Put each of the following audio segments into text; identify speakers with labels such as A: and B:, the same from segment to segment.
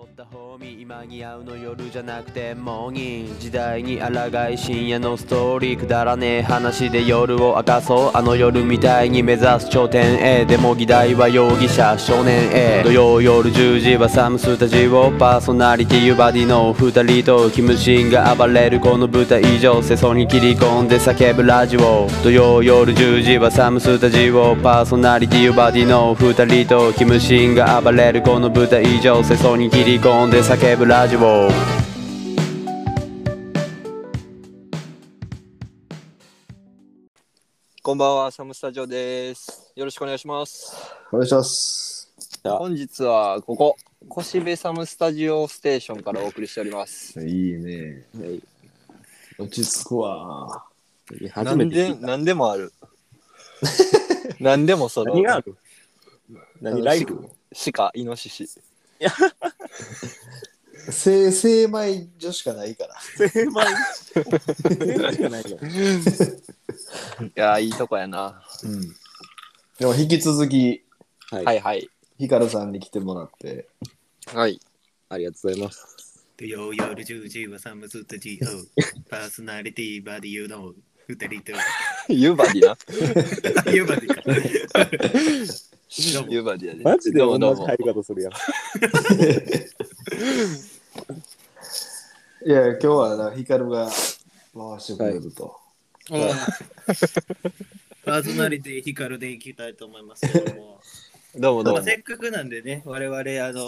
A: ったホーミー今に合うの夜じゃなくてモーニング時代に抗い深夜のストーリーくだらねえ話で夜を明かそうあの夜みたいに目指す頂点へでも議題は容疑者少年へ土曜夜10時はサムスタジオパーソナリティーバディの2人とキムシンが暴れるこの舞台上世相に切り込んで叫ぶラジオ土曜夜10時はサムスタジオパーソナリティーバディの2人とキムシンが暴れるこの舞台上世相に切り込んで叫ぶラジオ
B: こんばんは、サムスタジオです。よろしくお願いします。
C: お願いします。
B: 本日はここ、越部サムスタジオステーションからお送りしております。
C: いいね。落ち着くわ。
B: な
D: 初め
B: ん
D: て聞
B: で、
D: いた。
B: なんでもあ る。なんでもその、
D: 何がある何ライ
B: あの
D: ブ
B: シカ、イノシシ。
C: 精精米女子がないから。
D: 精米精米しかないよ。
B: いやー、いいとこやな。
C: うん。でも引き続き、
D: はい、
B: はいはい。
C: ヒカルさんに来てもらって。
B: はい。
D: ありがとうございます。
E: 土曜夜10時はサムスタジオ、パーソナリティバディユの二人と、
B: ユーバディな。
E: ユバディか。どうも
B: ユーバディやで。
D: マジで
B: どう
D: 同
B: もどうも
D: じ入。り方するやん。
C: いや、今日はなヒカルが回してくれると。
E: パーソナリティヒカルでいきたいと思いますけども、
B: どうもどう
E: ま
B: も
E: あ、。せっかくなんでね、我々、あの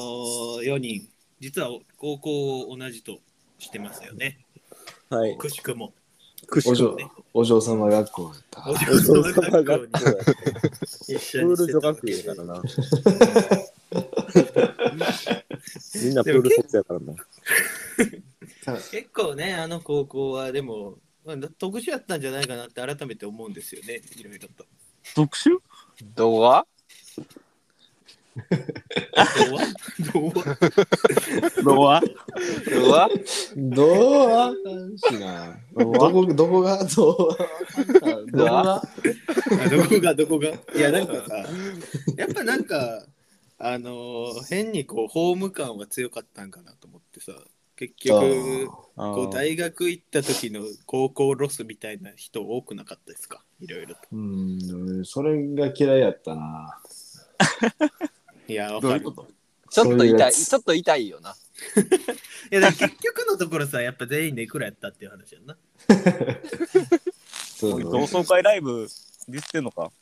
E: 4人、実は高校を同じとしてますよね。
D: はい。
E: くしくも。
D: く
C: お
D: し
C: 嬢
D: く
C: お嬢様学校やった
E: お。嬢
D: お嬢
E: 様
D: 様
E: 学
D: がプ
E: 校に一緒
D: ー
E: に
D: ル
E: して
D: 女
E: たわ
D: 学
E: け
D: 園
E: で
D: やから な。みんなプール卒やからな。
E: 結構ね、あの高校はでも、まあ特殊やったんじゃないかなって改めて思うんですよね、いろいろと。
D: 特集
B: 動画
E: どうはどう は
D: のは
B: 動画
C: どうあかんしな。どこどこがどうあかんかどこが
E: あどこがどこがいやなんかさやっぱなんかあのー変にこうホーム感は強かったんかなと思ってさ結局こう大学行った時の高校ロスみたいな人多くなかったですかいろいろと
C: うん、俺それが嫌いやったな。
E: いやわかる
B: ちょっと
C: そういう
B: 痛
C: や
B: い、
C: つ
B: ちょっと痛いよな。
E: いやだから結局のところさやっぱ全員でいくらやったっていう話やんな
C: そうそう
D: 窓会ライブディスってんのか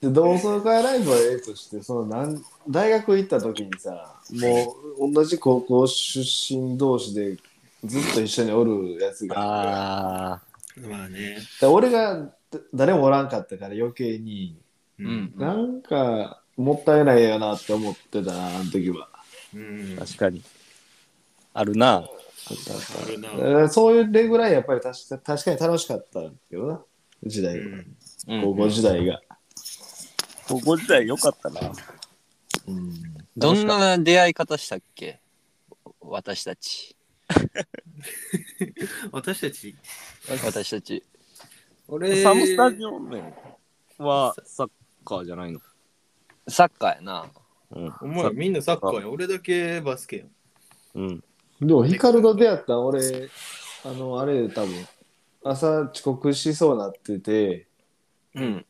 C: で同窓会ライブはええとしてそのなん大学行った時にさもう同じ高校出身同士でずっと一緒におるやつが
D: ああ。
E: まあね
C: で俺がだ誰もおらんかったから余計に
E: う
C: なんかもったいないやなって思ってたなあの時は
E: うん
D: 確かに。あるな。
E: あるな
C: だからそういうれぐらいやっぱり確か確かに楽しかったけどな時代
E: う
C: が、
E: ん
C: 高校時代が、
D: 高校時代よかったな。
C: うん
B: どんな出会い方したっけ私たち。
E: 私たち
B: 私たち。
E: 俺
D: サムスタジオねはサッカーじゃないの。
B: サッカーやな。
D: うん。
E: お前みんなサッカーや俺だけバスケやん
D: うん。
C: でも、ヒカルと出会ったん俺、あの、あれ、多分朝遅刻しそうなってて、
B: うん。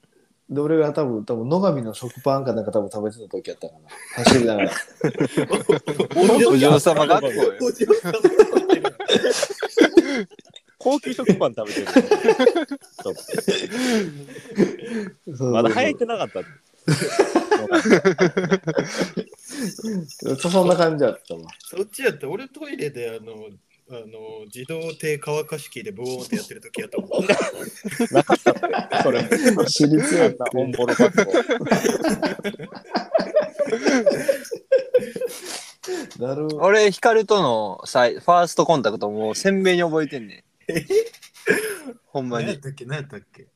C: で、俺が多分多分野上の食パンかなんか多分食べてた時やったかな。走りながら。
B: お嬢様学校よ。
E: お嬢様学校やん
D: 高級食パン食べて る。ちょっ
C: そうそうそ
D: と
C: う
D: まだ生えてなかった。
C: そうそんな感じやったわ。
E: そっちやった俺トイレであのあの自動手乾かし器でブオーンってやってる時やと思う
D: なかったって。 それ。
C: 私立やった。
D: オンボロ学 校。
C: なるほ
B: 俺、ヒカルとの最ファーストコンタクトもう鮮明に覚えてんねん。ほんま
E: 何や
B: に
E: っ。たっけ何やったっけ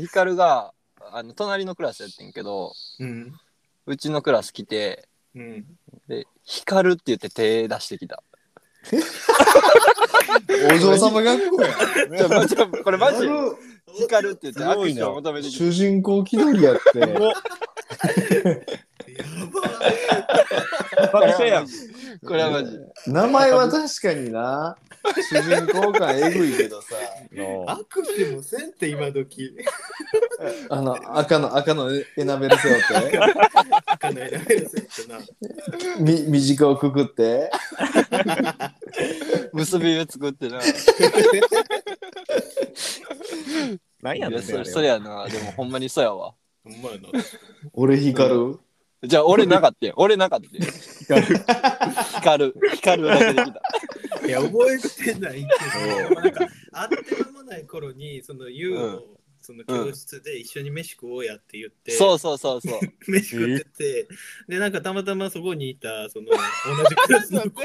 B: ヒカルがあの隣のクラスやってんけど、
E: うん
B: うちのクラス来て、
E: うん
B: で、ヒカルって言って手出してきた。
C: お嬢様学校や。
B: ちょちょこれマジ
C: なる
B: ヒカルって言って
D: すごい
B: 握
D: な
B: 手を求めてきた。
C: 主人公気取りやって。
D: お
E: やば
B: バ
D: カやん
B: これはマジ。
C: 名前は確かにな。主人公感えぐいけどさ。
E: 握手もせんって今時
C: あの、赤の、赤のエナメル背負って、
E: 赤の選べるせんってな
C: み、短をくくって。
B: 結び目作ってな。
D: 何や
B: い
D: ね
B: や、
D: ん
B: それ、
D: ね。
B: それやな。でも、ほんまにそうやわ。
E: ほんまやな
C: 俺光る。
B: じゃあ、俺なかったよ。俺なかったよ。光る。光るだけで きた。
E: いや覚えてないけどなんか会って間もない頃にそのユウの、
B: うん
E: その教室で一緒に飯食おうやって言って、
B: そうそうそうそう。
E: 飯食ってて、でなんかたまたまそこにいた その同じクラスの子と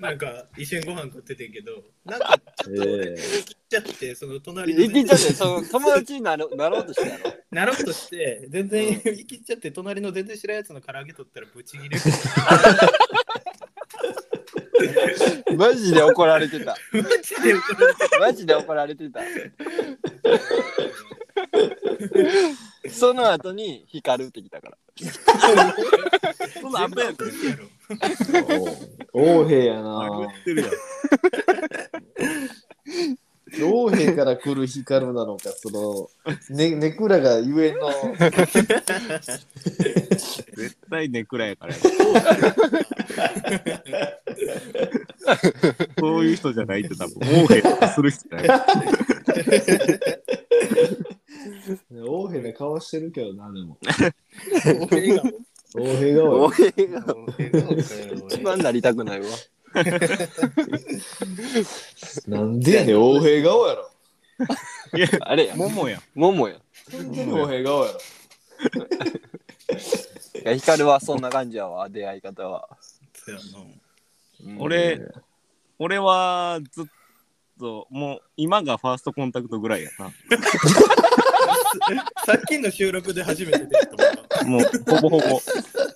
E: なんか一緒にご飯食っててんけどなんかちょっと俺
C: ええ
E: 切っちゃってその隣
B: い
E: の
B: きちゃって、その友達になるなろうとしたやろ。
E: なろうとして全然生きっちゃって隣の全然知らんやつの唐揚げ取ったらブチギレ
B: マジで怒られてた。
E: マジで怒られた
B: マジで怒られてた。その後に光るってきたから。
E: その後やろ
C: 王兵やな。
D: ってるやん。
C: 王兵から来る光るなのか、その、ね、ネクラがゆえの、
D: 絶対ネクラやからや。そういう人じゃないって多分、もうヘッする人じゃない。
C: 王兵な顔してるけどな、でも。
E: 俺
C: 王兵
E: が
C: が多い
B: 俺が
E: 俺が
B: 一番なりたくないわ。
C: なんでやねん、王兵顔やろ。
D: いや、
B: あ れや。
D: ももやん。
B: ももや。
C: なんで王兵顔やろ。
B: いや、光はそんな感じやわ、出会い方は。
E: そうやな
D: 俺、俺はずっと、もう今がファーストコンタクトぐらいやな。
E: さっきの収録で初めて出会ったもん
D: もう
E: な
D: ほぼほ ぼ。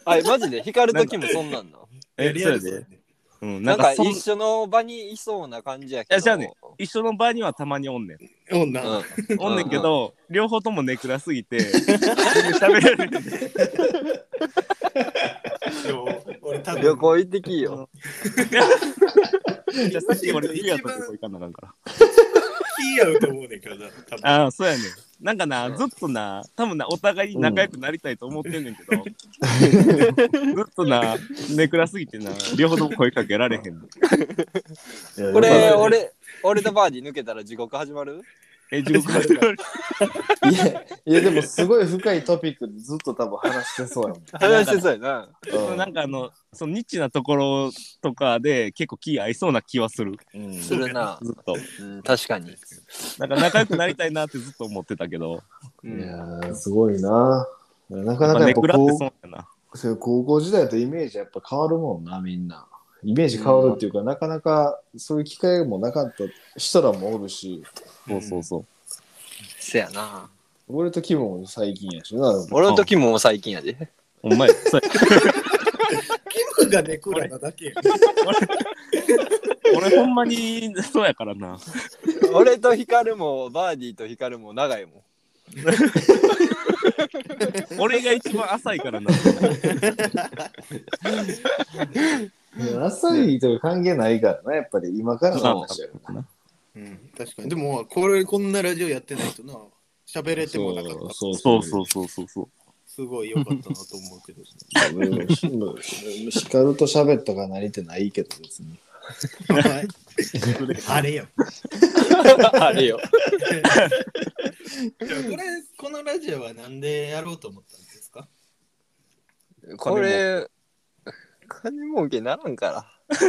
B: あれ、マジで光る時もそんなんな。
D: え、
E: リ
D: そ
E: ア
D: う
E: ル
D: やで。
E: ね
D: うん、
B: な
D: なんん
B: か
D: かそん
B: 一緒の場にいそうな感じやけど。
D: いやじゃあね一緒の場にはたまにおんねん。
E: 女、
B: うん。
D: おんねんけど、両方ともネクラすぎ て、喋れる。
E: でも俺多分
B: 旅行行ってきいよ。
D: じゃあさっき俺、リアとこ行かなあかんから。
E: 気合うと思うねんけどな多分
D: ああ、そうやねん。なんかな、ずっとな、多分な、お互いに仲良くなりたいと思ってんねんけ ど、ずっとな、ネクラすぎてな、両方とも声かけられへんの。
B: これ、
E: やっぱ
B: 俺、俺とバーディー抜けたら地獄始まる
D: え、地獄始まる。
C: いや、いやでもすごい深いトピックでずっと多分話してそうやもん。
B: 話してそうやな。
C: うん
D: なんかあの、そのニッチなところとかで結構気合いそうな気はする。
B: するな。
D: ずっと。
B: うん、確かに。
D: なんか仲良くなりたいなってずっと思ってたけど、
B: う
C: いや
B: ん、
C: ーすごいな。なか
D: や
C: なか
D: っぱ
C: やっ
D: ネ
C: ぱ
D: クラって
C: 高
D: そうやな。
C: そう高校時代とイメージやっぱ変わるもんな、みんな。イメージ変わるっていうか、なかなかそういう機会もなかった人らもおるし、
D: そうそうそう。
B: せやな。
C: 俺と気分も最近やしな。
B: 俺の時も最近やで。
D: お前、そうや
E: キムがネクラなだけや
D: 俺ほんまにそうやからな。
B: 俺とヒカルも、バーディーとヒカルも長いもん。
D: 俺が一番浅いからな。
C: いや浅いという関係ないからな、やっぱり今からの話やからな。
E: うん、確かに。でも、これ、こんなラジオやってないとな、喋れてもなかった。
C: そう
D: そうそうそうそうそう。
E: すごい良かったなと思うけど。
C: うんヒカルと喋ったからなりてないけど別に。
E: あれよ。
B: あれよ。
E: これ、このラジオはなんでやろうと思ったんですか
B: これ、金儲けならんから。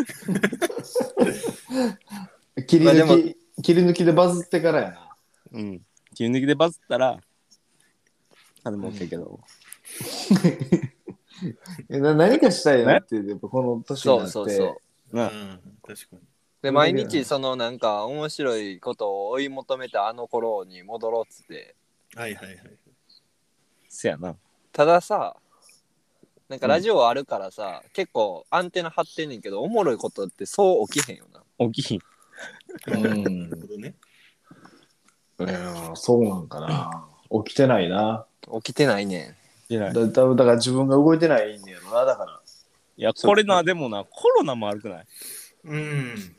C: 切り
B: まあでも
C: 抜き、切り抜きでバズってからやな。
D: うん。切り抜きでバズったら、金儲けやけど。
C: えな何かしたいなって、やっぱこの年
B: そう
C: になって。
B: そうそう。
E: う、
D: なん
E: 確かに。
B: で、毎日そのなんか面白いことを追い求めたあの頃に戻ろうっつって。
E: はいはいはい。
D: せやな。
B: たださなんかラジオあるからさ、結構アンテナ張ってんねんけどおもろいことってそう起きへんよな
D: 大きい。
C: うん
E: なるほどね。
C: いやーそうなんかな。起きてないな。
B: 起きてないね
D: 偉い
C: だ多分だから自分が動いてないんやろな、だから。
D: いや、これな、でもな、コロナも悪くない
E: うん。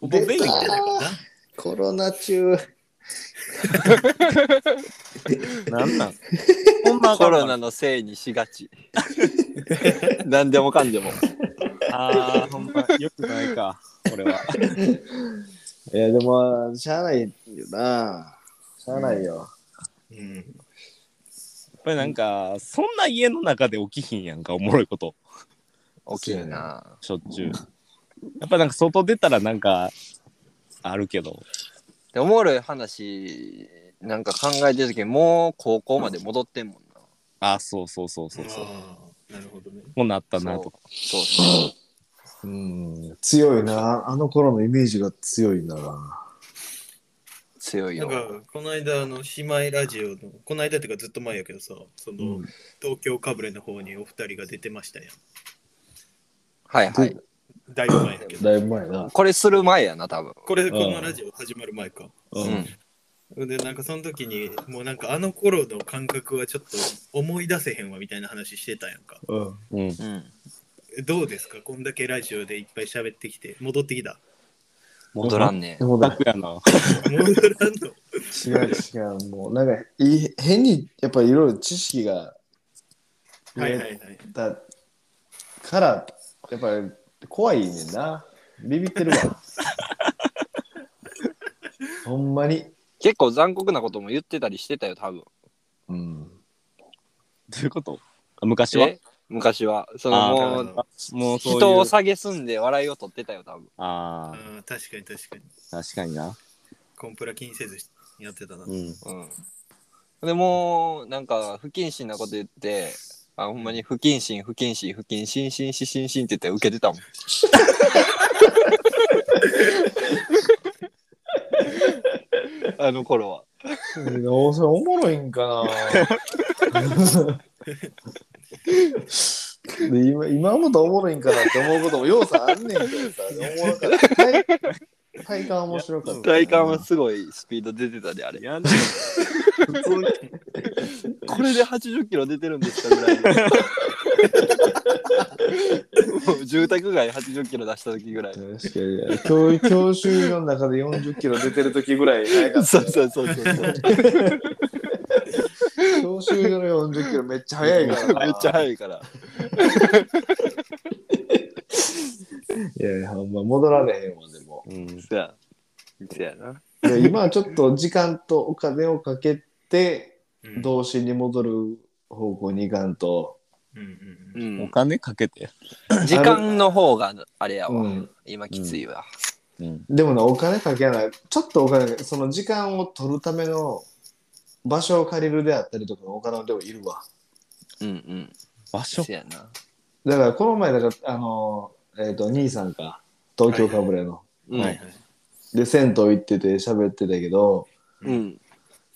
D: ここ全員
C: 出た
E: じゃないかな。
C: コロナ中。
D: なんなんこんな
B: コロナのせいにしが ち。何でもかんでも。
D: ああ、ほんま、よくないか、これは。
C: いや、でも、しゃあないよな。しゃあないよ。
E: うん。
D: やっぱりなんか、そんな家の中で起きひんやんか、おもろいこと、
B: 大きいな。
D: しょっちゅう。やっぱなんか外出たらなんか、あるけど。
B: でおもろい話、なんか考えてる時もう高校まで戻ってんもんな。
D: あそうそうそうそうそう。
E: ああ、なるほどね。
D: こうなったなとか。
B: そうそう。
C: うん、強いな。あの頃のイメージが強いな。
B: 強い
E: なん
B: よ。
E: か、この間、あの、姉妹ラジオの、この間っていうかずっと前やけどさ、その、
C: うん
E: 東京かぶれの方にお二人が出てましたやん。
B: はいはい。
E: だいぶ前やけど。
C: だいぶ前な。
B: これする前やな、多分。
E: これ、このラジオ始まる前か。
D: う
B: うんん。
E: で、なんかその時に、もうなんかあの頃の感覚はちょっと思い出せへんわみたいな話してたやんか。
C: うん。
D: うん。
B: うん。
E: どうですかこんだけラジオでいっぱい喋ってきて、戻ってきた。
B: 戻らんね
C: で。も
D: 全
C: だ
D: くやな。
E: 戻らんの。
C: 違う違う。もうなんかいい変にやっぱいろいろ知識が増
E: はいはいは
C: え
E: い。
C: たから、やっぱり怖いねんな。ビビって るわ。ほんまに。
B: 結構残酷なことも言ってたりしてたよ、多分。
C: うん。
D: どういうこと昔は
B: え昔は。そ
D: あ
B: の
E: ー
B: も
E: なる
B: う
E: ほど、
D: もうそういう。
B: 人を下げすんで笑いを取ってたよ、多分。
D: あ
E: ああ、確かに確かに。
D: あ、確かにな。
E: コンプラ気にせずやってたな。
D: うん。
B: うん。でも、なんか、不謹慎なこと言って、あ、ほんまに不謹慎、不謹慎、不謹慎、しんしんしんしんって言って受けてたもん。 あの頃は。
C: おそれおもろいんか なで今今もとおもろいんかなって思うことも要素あんねんけどさ、おもろかった体体感面白かった。
B: 体感はすごいスピード出てたで、あれ。
D: やんね普通に
B: これで80キロ出てるんですかぐらいの。もう 住宅街80キロ出した時ぐらい。
C: 確かに教教習所の中で40キロ出てる時ぐらい早かった
B: そうそうそうそう。
C: 教習所の40キロめっちゃ速いから
B: め
C: な
B: っちゃ速いから。
C: いやいやほんま戻られへんわでも
D: うん。
B: そや。そやな。
C: で今はちょっと時間とお金をかけて
E: うん
C: 童心に戻る方向に行かんと、
E: うんうんう
B: うん
D: お
B: ん。
D: 金かけて。
B: 時間の方があれやわ。
C: うん
B: 今きついわ。
D: うん。
C: でもね、お金かけない。ちょっとお金かけ、その時間を取るための場所を借りるであったりとかのお金の量いるわ。
B: うんうん。
D: 場所
B: そやな。
C: だから、この前、だから、あの、えっ、と、兄さんか、東京かぶれの。
B: うん。
E: はいはい
C: で、銭湯行ってて喋ってたけど、
B: うん。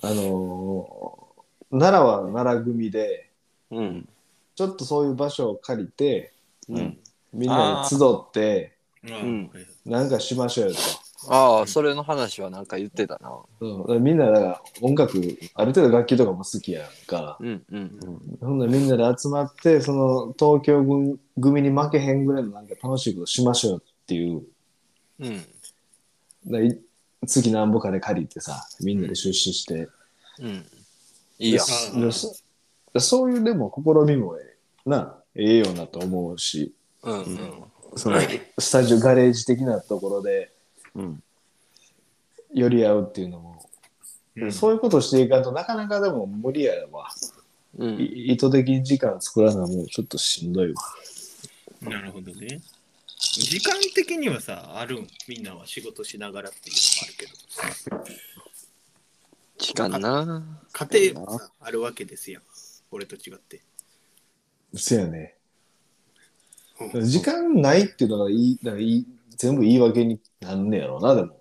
C: あのー奈良は奈良組で、
B: うん。
C: ちょっとそういう場所を借りて、
B: うん。
C: みんなで集って、
E: ああ
B: うん
E: はいはい
C: なんかしましょうよ
B: ああ、それの話はなんか言ってたな。
C: と。うん、だからみんな、だから音楽、ある程度楽器とかも好きやんか。
B: うんうん。
C: ほんでみんなで集まって、その東京軍組に負けへんぐらいのなんか楽しいことしましょうよっていう、
B: うん。
C: ない月なんぼかで借りてさ、みんなで出資して。
B: うん。いいやん。
E: あ
C: でそそういうでも試みもええな、ええよなと思うし、
B: うんうん。
C: そのスタジオガレージ的なところで
D: うん。
C: 寄り合うっていうのも、
E: うん
C: そういうことしていかんとなかなかでも無理やわ。
B: うん。
C: い意図的に時間作らなもうちょっとしんどいわ。
E: なるほどね。時間的にはさ、あるん。みんなは仕事しながらっていうのもあるけ
B: 時間な。
E: ど、家庭もさ、あるわけですやん。俺と違って。
C: そうやね。時間ないっていうのがいい、だからいい全部言い訳になんねやろうな、でも。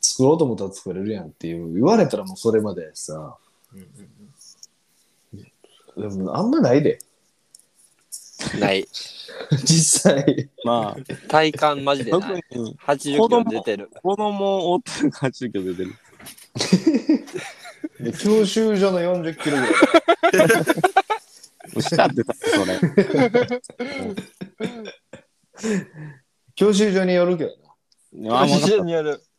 C: 作ろうと思ったら作れるやんっていう、言われたらもうそれまでやしさ。
E: うんうん
C: でもあんまないで、
B: ない。
C: 実際。
D: まあ、
B: 体感マジで
D: 特
B: ない。
D: に
B: 80キロ出てる。
D: 子供を追ってる感じだけど出てる。
C: で教習所の40キロぐらい。
D: したってたそれ。
C: 教習所によるけどな。
B: 教
D: あもう
B: 習所にやる。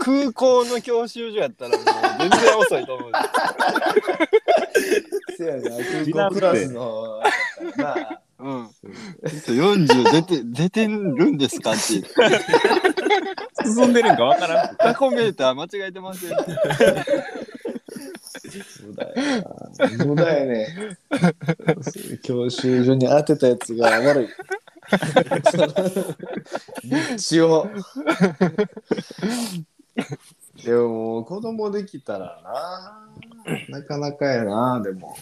B: 空港の教習所やったらもう全然遅いと思う。
C: せやな、
D: 知
C: 空
D: らん
C: 港
D: て
C: クラスの。まあ、
B: うん。40出て、出てるんですかって。
D: 進んでるんかわからん。
B: タコメーター間違えてません。
C: 無駄やな。無駄やね。教習所に当てたやつが悪い。一応。でももう子供できたらな。なかなかやな、でも。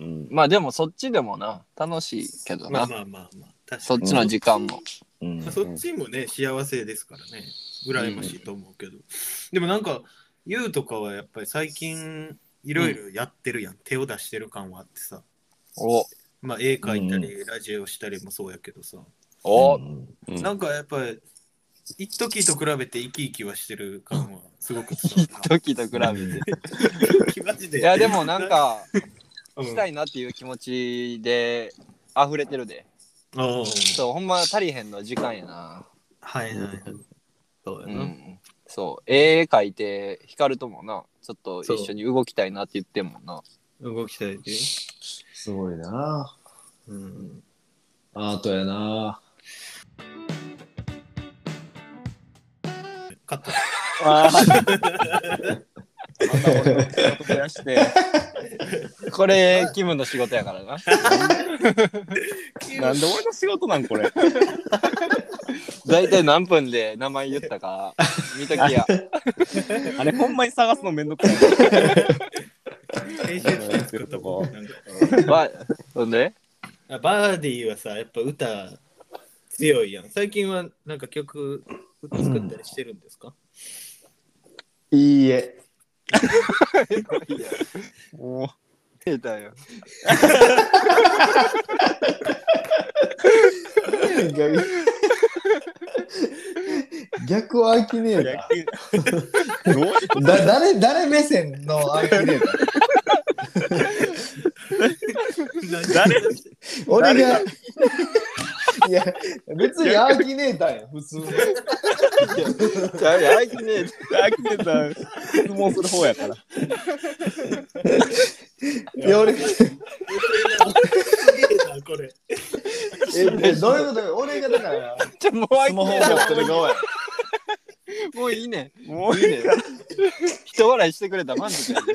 D: うん。
B: まあでもそっちでもな、楽しいけど
E: まあ
B: な。
E: まあまあまあ。確かに
B: そっちの時間も。
D: うん
E: まあ、そっちもね、幸せですからね、羨ましいと思うけど。でもなんか、ユウとかはやっぱり最近、いろいろやってるやん,、手を出してる感はあってさ。
B: お、
E: まあ、絵描いたり、ラジオしたりもそうやけどさ。
B: お、
D: うん
E: なんかやっぱり、一時と比べて生き生きはしてる感はすごく伝わ
B: 時と比べて。
E: る。マジで。
B: いやでもなん、か、
E: うん、
B: したいなっていう気持ちで溢れてるで。
E: ああ
B: そう、ほんま足りへんの時間やな。
E: はいはいはい。そうや
B: う
E: な。
B: ん。そう、絵描いて、光るともな、ちょっと一緒に動きたいなって言ってんもんな。
E: 動きたいで。
C: すごいな。
E: うん。
C: アートやな。
E: カット。
D: あーまた俺の仕事増やして。
B: これ、キムの仕事やから な。
D: なんで俺の仕事なんこれ。
B: 大体何分で名前言った か、見ときや。
D: あれほんまに探すのめんどくさい。
E: 編集して作ったもんなんか
B: ばほんで
E: あバーディーはさやっぱ歌強いやん最近はなんか曲作ったりしてるんですか、
C: いいえ。
B: もう、出たよ。
C: 逆逆は飽きねえな。
D: どういう
C: だ誰誰目線のアンキネーター
D: 誰
C: 俺がいや別にアーキネーターやん普通の
B: ちゃうや、あいつね、
D: アキネさん質問する方やから。
C: いや俺
E: すげえなこれ
C: えどういうことか俺がだから
B: ちょもうあい
C: ス
B: つ
C: マホ
B: ね
C: を持ってる側や
B: もういいね。
D: もう
B: いいね。人笑いしてくれたら満足やで。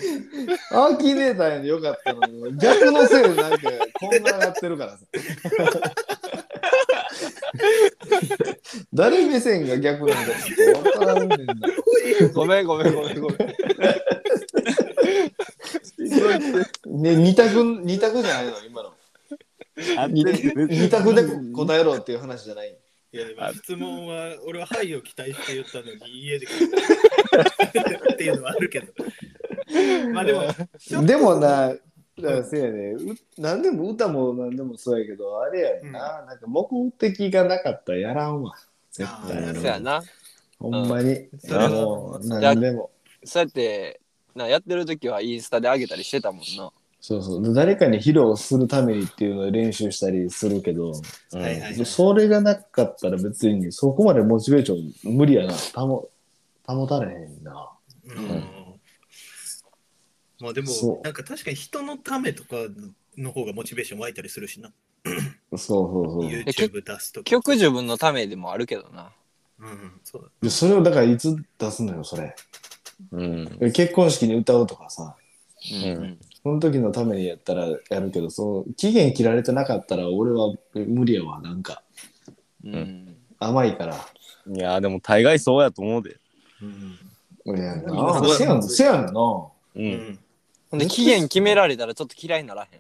C: アーキネーターやんでよかったのに逆のせいでなんかこんな上がってるからさ 誰目線が逆なんだって分からんねんな
B: ごめんごめんごめんご めん。
C: ね二択二択じゃないの今の
D: あ
C: 二二択で答えろっていう話じゃない
E: いや今質問は俺は「はい」を期待して言ったのに家 でっていうのはあるけどまあでも
C: でもな、だからせやね、う何でも歌も何でもそうやけど、あれやんな、なんか目的がなかったらやらんわ。絶
E: あー
C: 対
B: そうやな。
C: ほんまに。
E: それは
C: もう何でも。
B: そうやって、なやってる時はインスタで上げたりしてたもんな。
C: そうそう。誰かに披露するためにっていうのを練習したりするけど、
E: はいはいはい
C: それがなかったら別にそこまでモチベーション無理やな。保保たれへんな。
E: うんまあで
C: そ
E: も
C: う
E: なんか確かに人のためとかの方がモチベーション湧いたりするしな
C: そうそうそう。
E: YouTube 出すとか、
B: 曲自分のためでもあるけどな。
E: うん、そう
C: でそれをだからいつ出すのよ、それ。
D: うん。
C: 結婚式に歌うとかさ。
B: うん。
C: その時のためにやったらやるけど、そう、期限切られてなかったら俺は無理やわ、なんか。
B: うん。
C: 甘いから。
D: いやでも大概そうやと思うで。
C: 無理やん
E: まあ
C: な。せやん、せやんな。ほ
D: う。
E: うんん
B: で、期限決められたらちょっと嫌いにならへん。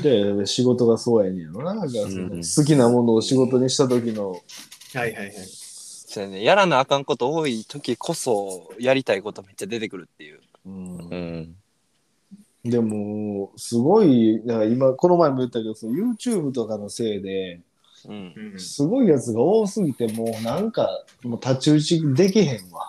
C: で、仕事がそうやねんやろな。なんか、
D: ん
C: 好きなものを仕事にした時の、
E: はいはいはい
B: そうやね。やらなあかんこと多い時こそ、やりたいことめっちゃ出てくるっていう。
C: うん
D: うん。
C: でも、すごい、なんか今、この前も言ったけど、その YouTube とかのせいで、
B: うん
E: う。ん
C: すごいやつが多すぎて、もうなんか、もう太刀打ちできへんわ。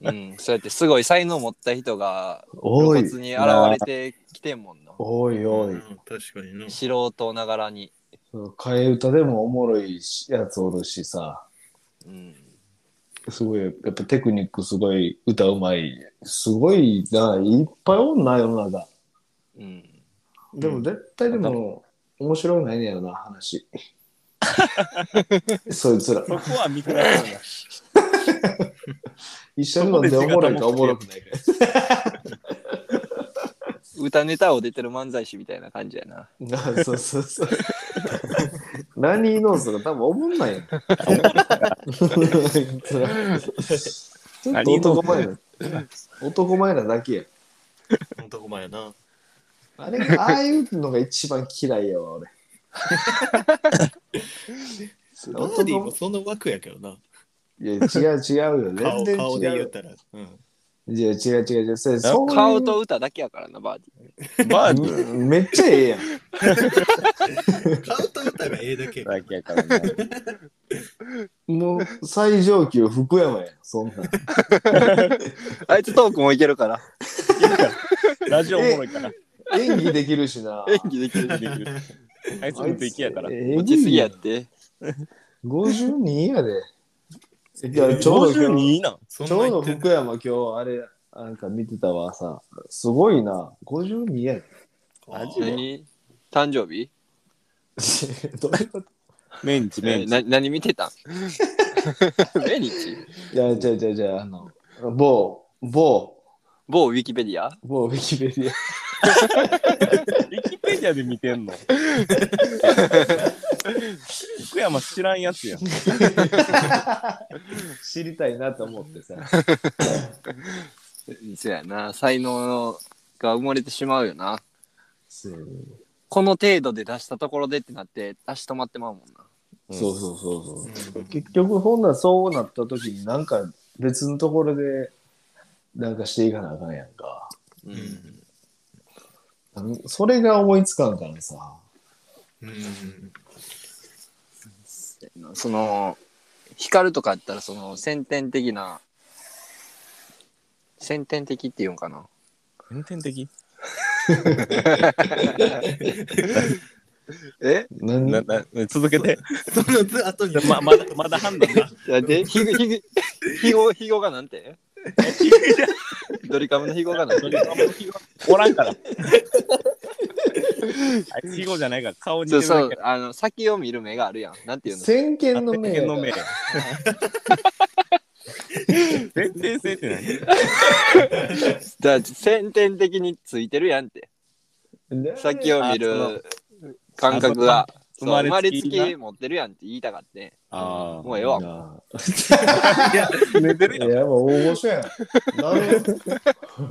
B: うん、そうやってすごい才能持った人が露
C: おい
B: 骨。に現れてきてんもんな。
C: おいお
E: うん
C: い。
E: 確かにな。
B: 素人ながらに。
C: 替え歌でもおもろいやつおるしさ。
B: うん。
C: すごい、やっぱテクニックすごい、歌うまい。すごいな、いっぱいおんな、世の中。
B: うん。
C: でも絶対でも、面白くないねやろな、 話。そいつら。
D: そこは見比べるな。
C: 一緒に飲んでおもろいかおもろくないか。
B: 歌ネタを出てる漫才師みたいな感じやな。
C: なそう そうそう。何のすか多分思んない やん。そらちょっと男前な。男前なだけや。
E: 男前やな。
C: あれ、ああいうのが一番嫌いやわ、俺。
E: バーディーもその枠やけどな。
C: いや、違う違うよ。全
E: 顔
C: 然
E: 顔で
C: 違
E: 言っ
C: う。
E: たら。うん。
C: いや、違う違う違う。それそういう
B: 顔と歌だけやからな、バーデ
D: バーディー
C: うんめっちゃええやん。
E: 顔と歌がええだけや。
D: だけやからな。
C: もう最上級福山やん、そんなん。
B: ィー。 あいつトークもいけるから。
D: ラジオおもろいから。
C: 演技できるしな。
B: 演技でき る。
D: できる あいつもできやから。
C: 演
B: 落ちすぎや
C: 技
B: って。
C: 52やで。いや、ちょうど今日、
D: 52な。
E: そん
C: ち
E: な
C: ょう
E: 言
C: ど
E: ってん
C: 福山今日、あれ、なんか見てたわさ。すごいな。52やで。
E: の
D: マジで
B: 何誕生日
C: どういうこと
D: メンチメ
B: え
D: ンチ。
B: な何見て たんメニチ
C: いや、じゃあじゃあじゃあ、あの、某、某、
B: 某ウィキペディア
C: 某ウィキペディア。
D: ウィキペディアで見て んの。福山知らんやつやん。
C: 知りたいなと思ってさ。
B: そうやな才能が埋もれてしまうよな
C: そう
B: この程度で出したところでってなって足止まってまうもんな
C: そうそうそうそう。結局、ほんならそうなった時に、なんか別のところで、なんかしていかなあかんやんか。
B: う
E: うんん
C: なんそれが思いつかんからさ。
E: うん。
B: その光るとかやったらその先天的な先天的っていうんかな
D: 運転的
B: え
C: なん
D: なな続けて。
E: そのつ後に。
D: ままだまだ判断な。
B: でひごひごひごひごがなんて ドリカムのひごがなんて
D: おらん から。あいつ、囲碁じゃないから、顔に
B: そ
D: 出
B: う
D: る
B: そ
D: だ
B: う
D: け。
B: あの先を見る目があるやんなんていうの
C: 先見の明や
D: 先
C: から
D: の 目。先天性って何
B: だから先天的についてるやんって
C: ね
B: 先を見
D: あ
B: る感覚がそう生
D: 生
B: ま
D: ま
B: れ
D: れ
B: つ
D: つき
B: き持ってるやんって言いたかって
D: あ
B: もうええわ
C: なあ
D: あ。寝てる
C: い
D: や
C: や、もう大御所やん。なるほ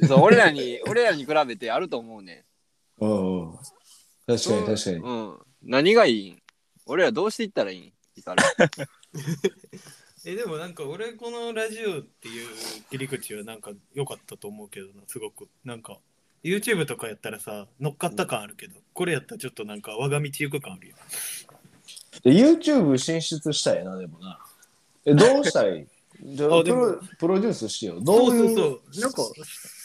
C: ど
B: そう俺らに俺らに比べてあると思うね
C: うんうん。確かに確か
B: ん
C: に。
B: うん何がいいん俺らどうしていったらいいんヒカル
E: えでもなんか俺このラジオっていう切り口はなんか良かったと思うけどなすごくなんか YouTube とかやったらさ乗っかった感あるけどこれやったらちょっとなんか我が道行く感あるよ
C: で YouTube 進出したいな、でもな。え、どうした いじゃあ
E: あ
C: プ
E: でも
C: ロプロデュースしよう。どういう
E: そうそうそうなんか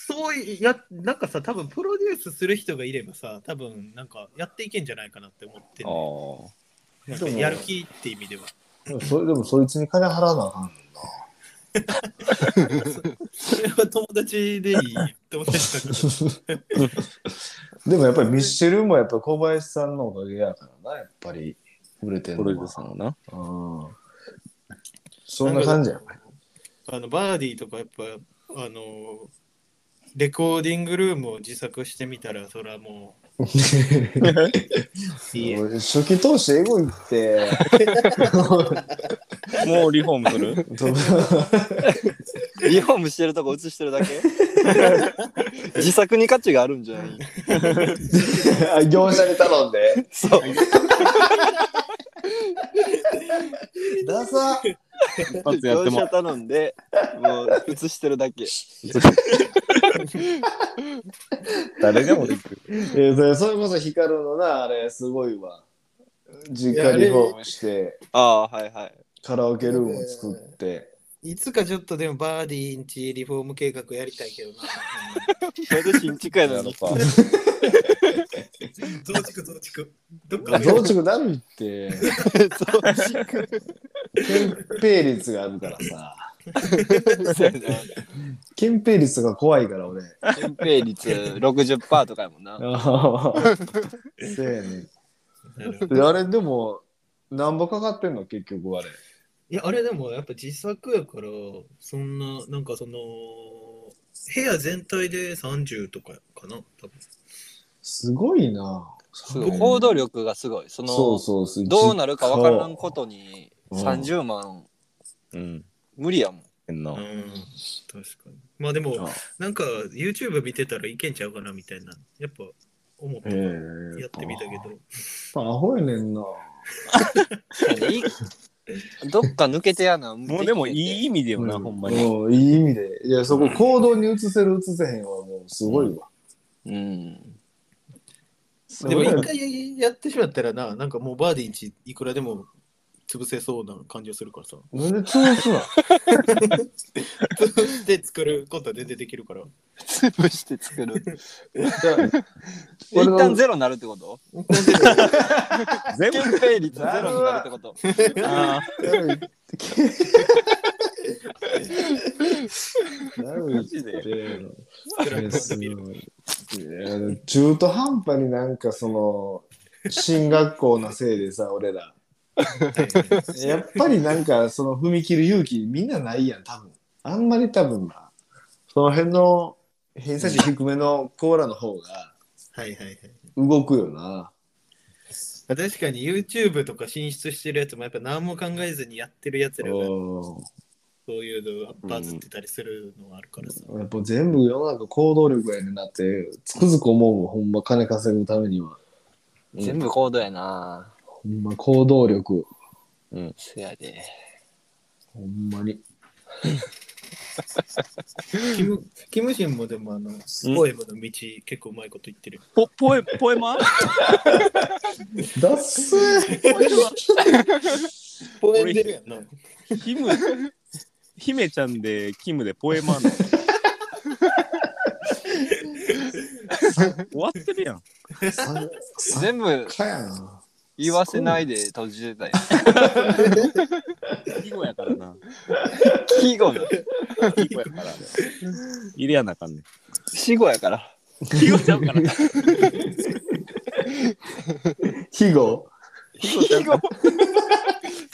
E: そういやなんかさ多分プロデュースする人がいればさ多分なんかやっていけんじゃないかなって思ってんね
D: ん。
E: なんかやる気って意味では
C: でもそれでもそいつに金払わなあかん。
E: それは友達でいい 友達だか
C: でもやっぱりミッシェルもやっぱ小林さんのおかげやからな、やっぱり売れてる
D: これ
C: の
D: で
C: は。
D: さんな。
C: うん。そんな感じや。
E: らあのバーディーとかやっぱあのレコーディングルームを自作してみたらそれはもういい
C: 俺初期投資エゴいって。
D: もうリフォーム する
B: リフォームしてるとこ映してるだけ自作に価値があるんじゃない
C: あ業者に頼んで。
B: そう
C: ダサ
D: 一発やっ
B: 業
D: ても
B: 者頼んでもう映してるだけ
D: 誰でもできる。
C: えーそれそれこそヒカルのな、あれすごいわ。実家リフォームして、
B: ああはいはい
C: カラオケルームを作って。
E: いつかちょっとでもバーディーんちリフォーム計画やりたいけどな。
B: なんで新築やのに。
E: 増築増築。どっか
C: 増築だるいって、憲兵率があるからさ。
B: そうやな
C: 憲兵率が怖いから俺。
B: 憲兵率60%とかやもんな。
C: ああ。せやね。であれでも、なんぼかかってんの結局あれ。
E: いや、あれでもやっぱ自作やから、そんな、なんかその、部屋全体で30とかかな、多分。
C: すごいな。
B: すごい行動力がすごい。そ
C: そう
B: の、
C: そうそう。
B: どうなるかわからんことに
C: うん
B: 30万
D: うん。
B: 無理やもん。
D: 変
E: う、
D: なん
E: 確かに。まあでも、なんか YouTube 見てたらいけんちゃうかなみたいな、やっぱ思った
C: ええ
E: やってみたけ
C: やっ
E: ど。
C: ぱアホやねんな。
B: いいどっか抜けてやな。
D: もうでもいい意味でよな、
C: うん
D: ほんまに。
C: うんいい意味で。いや、そこ行動に移せる移せへんはもうすごいわ。
B: うん。
E: でも一回やってしまったらな、なんかもうバーディー1いくらでも潰せそうな感じがするからさ。
C: なんで潰 すな
E: 潰して作ることは全然できるから。
B: 潰して作る。
C: 俺
B: 一
C: の
B: 旦ゼロになるってこと
D: 全部。
B: 憲兵率ゼロになるってこと
D: あ
C: マジ
D: で
E: スクラップハンドビル
C: 中途半端になんかその進学校のせいでさ俺ら やっぱりなんかその踏み切る勇気みんなないやん多分あんまり多分なその辺の偏差値低めのコーラの方が
E: はいはいはい。
C: 動くよな
E: 確かに YouTube とか進出してるやつもやっぱ何も考えずにやってるやつらが
C: う
E: そういうのバズってたりするのはあるからさ。
C: んやっぱ全部世の中行動力やねんなってつくづく思うもんほんま金稼ぐためには
B: 全部行動やな。
C: ほんま行動力
B: せやで。
C: ほんまに
E: キムキムシンもでもあの、ポエムの道結構うまいこと言ってる。
D: ポ、ポエ、ポエマ
C: だっせー
E: ポエム出るやんな。
D: キム、姫ちゃんで、キムでポエ マの。終わってるやん。
C: さ
B: 全部
C: かやな
B: 言わせないで閉じてたよ。
D: 季語やからな。
B: 季語の。
D: 季語やから。入れやなあかんねん。
B: 死語やから。
D: 季語ちゃうから。
C: 非語
B: 季語。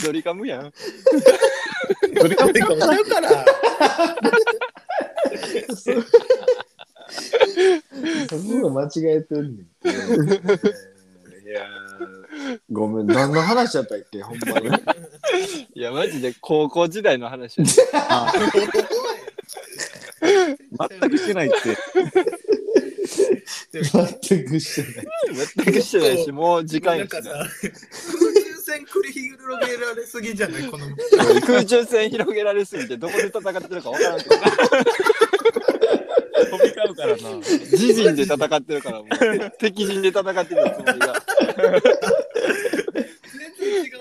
B: ドリカムやん。
E: それかもうから。
C: そこが間違えてんねん えーいやーごめん何の話やったっけほんまに
B: いや、マジで高校時代の話。
D: 全くしてないって。
C: 全くしてない
B: 全 くしてないし、もう時間
E: な
B: や
E: ん
B: し
E: かさ
B: な。、
E: 空中戦繰り広げられすぎじゃないこの。
B: 空中戦広げられすぎて、どこで戦ってるか分からんけど。
D: 飛び交うからな。
B: 自陣で戦ってるから、もう敵陣で戦ってるつもりが。
E: 全然違う。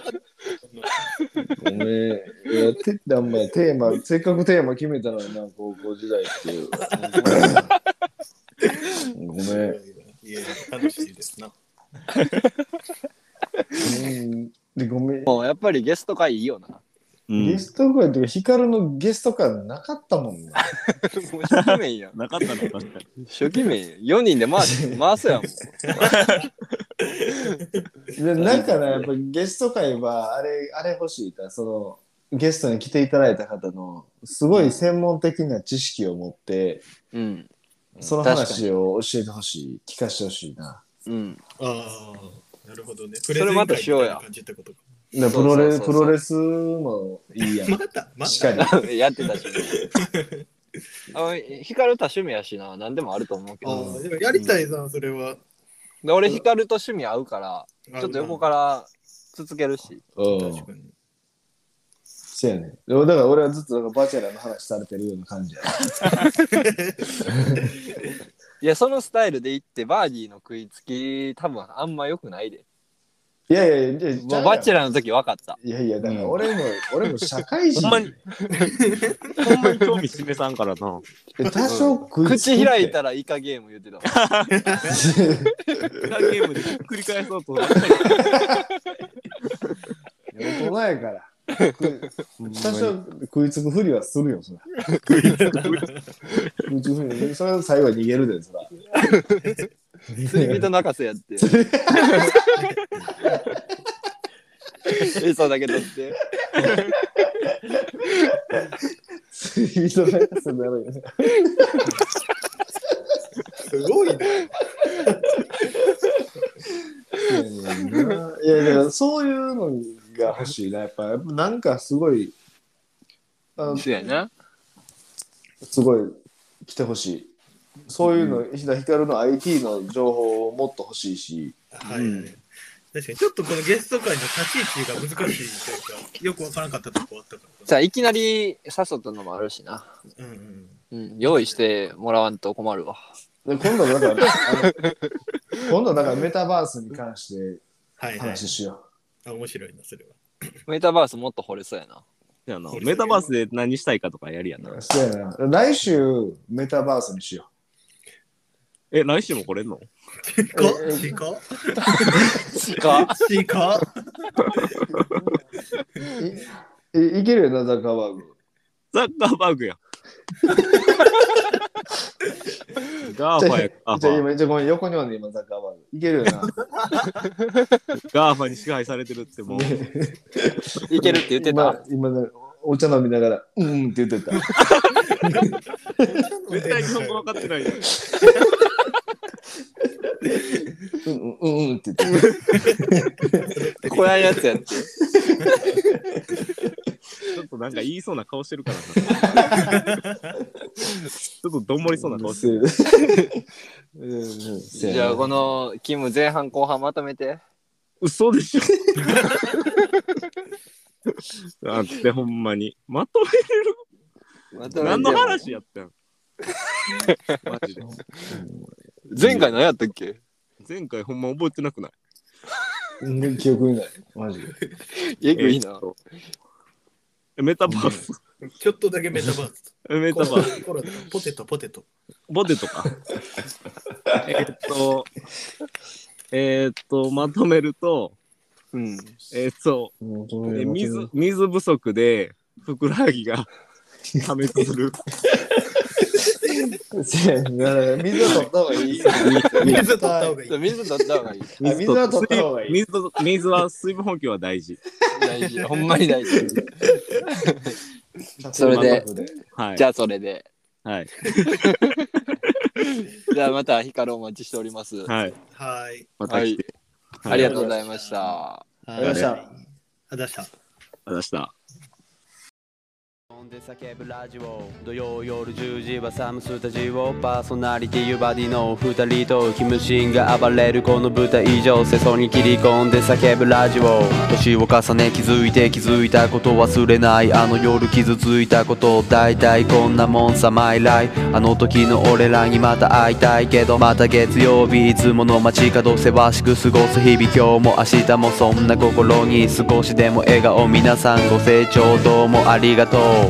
C: ごめんいやてあんまりテーマせっかくテーマ決めたのにな高校時代って いうごめん
E: いや、楽しいですな。
C: うんでごめん
B: もうやっぱりゲスト会いいよな。も
D: うん
C: ゲスト会というか光のゲスト会なかったも んな
B: う初期面やん。
D: なかったの確かに。
B: 初期面やん。4人で回す回すやん。も
C: でなんかね、やっぱりゲスト会は、あれ、あれ欲しいから、その、ゲストに来ていただいた方の、すごい専門的な知識を持って、
B: ううん。
C: その
B: 確かに
C: 話を教えてほしい、聞かせてほしいな。
B: うん。
E: ああ、なるほどね。そ
B: れまたしようや
E: 感じってことか
C: で
B: そ
C: プ
B: うそうそ
C: ロ
B: う
C: レ
B: そう
C: プロレスもいいやん。
E: また、ま
C: しか
E: た。
C: り。
B: やってたし。 あ光ると趣味やしな、何でもあると思うけ
E: あ
B: ど。
E: ーでもやりたいな、それは。
B: で俺、光ると趣味合うから、ちょっと横から続けるし。
C: うん。
E: 確かに。
C: そうやね。でもだから俺はずっとなんかバチェラーの話されてるような感じや。
B: いや、そのスタイルで行って、バーディーの食いつき、多分あんま良くないで。
C: いやいやいやい
B: も
C: や、
B: うバチェ
C: ラ
B: ラーの時分かった。
C: いやいや、だか
D: う
C: ら
D: ん
C: 俺も、俺も社会人
D: ほんまにほんまに興味示さんからな。
C: え多少食いつくって
B: 口開 いたらイカゲーム言ってた。
D: ゲームでひっくり返そうと。
C: 大人やから。く多少食いつくふりはするよ、そら。食いつくふり。それは最後は逃げるで、そら。
B: 釣り人泣かせやって。餌だけ取って。
C: 釣り人泣かせになるよね。
E: すごいな。
C: いや、だからそういうのが欲しいな、やっぱ。やっぱなんかすごい、あの
B: そうやな。
C: すごい来てほしい。そういうの、ひだひかるの IT の情報をもっと欲しいし。
E: はい、確かに、ちょっとこのゲスト会の立ち位置が難しいというか、よくわからなかったとこあったか
B: じゃあいきなり誘ったのもあるしな。
E: ら。うんう
B: う
E: ん。
B: ん、用意してもらわんと困るわ。
C: で今度だから、あの今度だからメタバースに関して
E: はい、はい。
C: 話しよ
E: あ面白いな、それは。
B: メタバースもっと掘れそうやな。
D: じゃあなメタバースで何したいかとかやりや
C: う。
D: な。
C: そうやな。来週メタバースにしよ
D: え、来週も来れんの
E: シカシカシ カ
C: う。いいいけるよな、ザッカーバーグ。
D: ザッカーバーグやん。ガーファや、ガー
C: じゃあ
D: ファ。
C: 今、じゃあごめん、横におんね今、ザッカーバーグ。いけるよな。
D: ガーファに支配されてるってもう。
B: いけるって言ってた。
C: 今、今ねお茶飲みながら、うんうんって言ってた。
D: 絶対日本語分かってないよ。
C: うんうんうんうんって言って
B: こやんやつやって。
D: ちょっとなんか言いそうな顔してるからな。 ちょっとどんもりそうな顔して る。
C: うんうんそうやな
B: じゃあこのキム前半後半まとめて。
D: 嘘で しょ。あってほんまに。まとめれる
B: まとめて
D: 何の話やったんマジで。
B: 前回何やったっけ
D: 前回ほんま覚えてなくない
C: 全然記憶にない。マジで。
B: えぐいな。
D: えメタバース。
E: ちょっとだけメタバース。
D: メタバース。
E: コロナポテト、ポテト。
D: ポテトか。えーっと、えーっと、まとめると、
B: うん。
D: えーっと、え水水不足でふくらはぎが破滅 する。
C: そうやなだから水は取った方がいい。
E: 水取った方がいい。
B: 水取った方がいい。
C: あ水は取った方がいい
D: 水と水は水分補給は大事。
B: 大事。ほんまに大事。
C: そ
B: そ
C: れ
B: れ
C: で
B: で。
D: はい。
B: じゃあそれで。
D: はい。
B: じゃあまたヒカルお待ちしております。
D: はい。
E: はい。
D: また来て。
B: ありがとうございました。
E: あ
C: りがとうございました。
E: ありがとうございました。
D: ありがとうございました。
A: 飲んで叫ぶラジオ土曜夜10時はサムスタジオパーソナリティーバディの二人とキムシンが暴れるこの舞台以上世相に切り込んで叫ぶラジオ年を重ね気づいて気づいたこと忘れないあの夜傷ついたこと大体こんなもんさマイライあの時の俺らにまた会いたいけどまた月曜日いつもの街角せわしく過ごす日々今日も明日もそんな心に少しでも笑顔皆さんご清聴どうもありがとう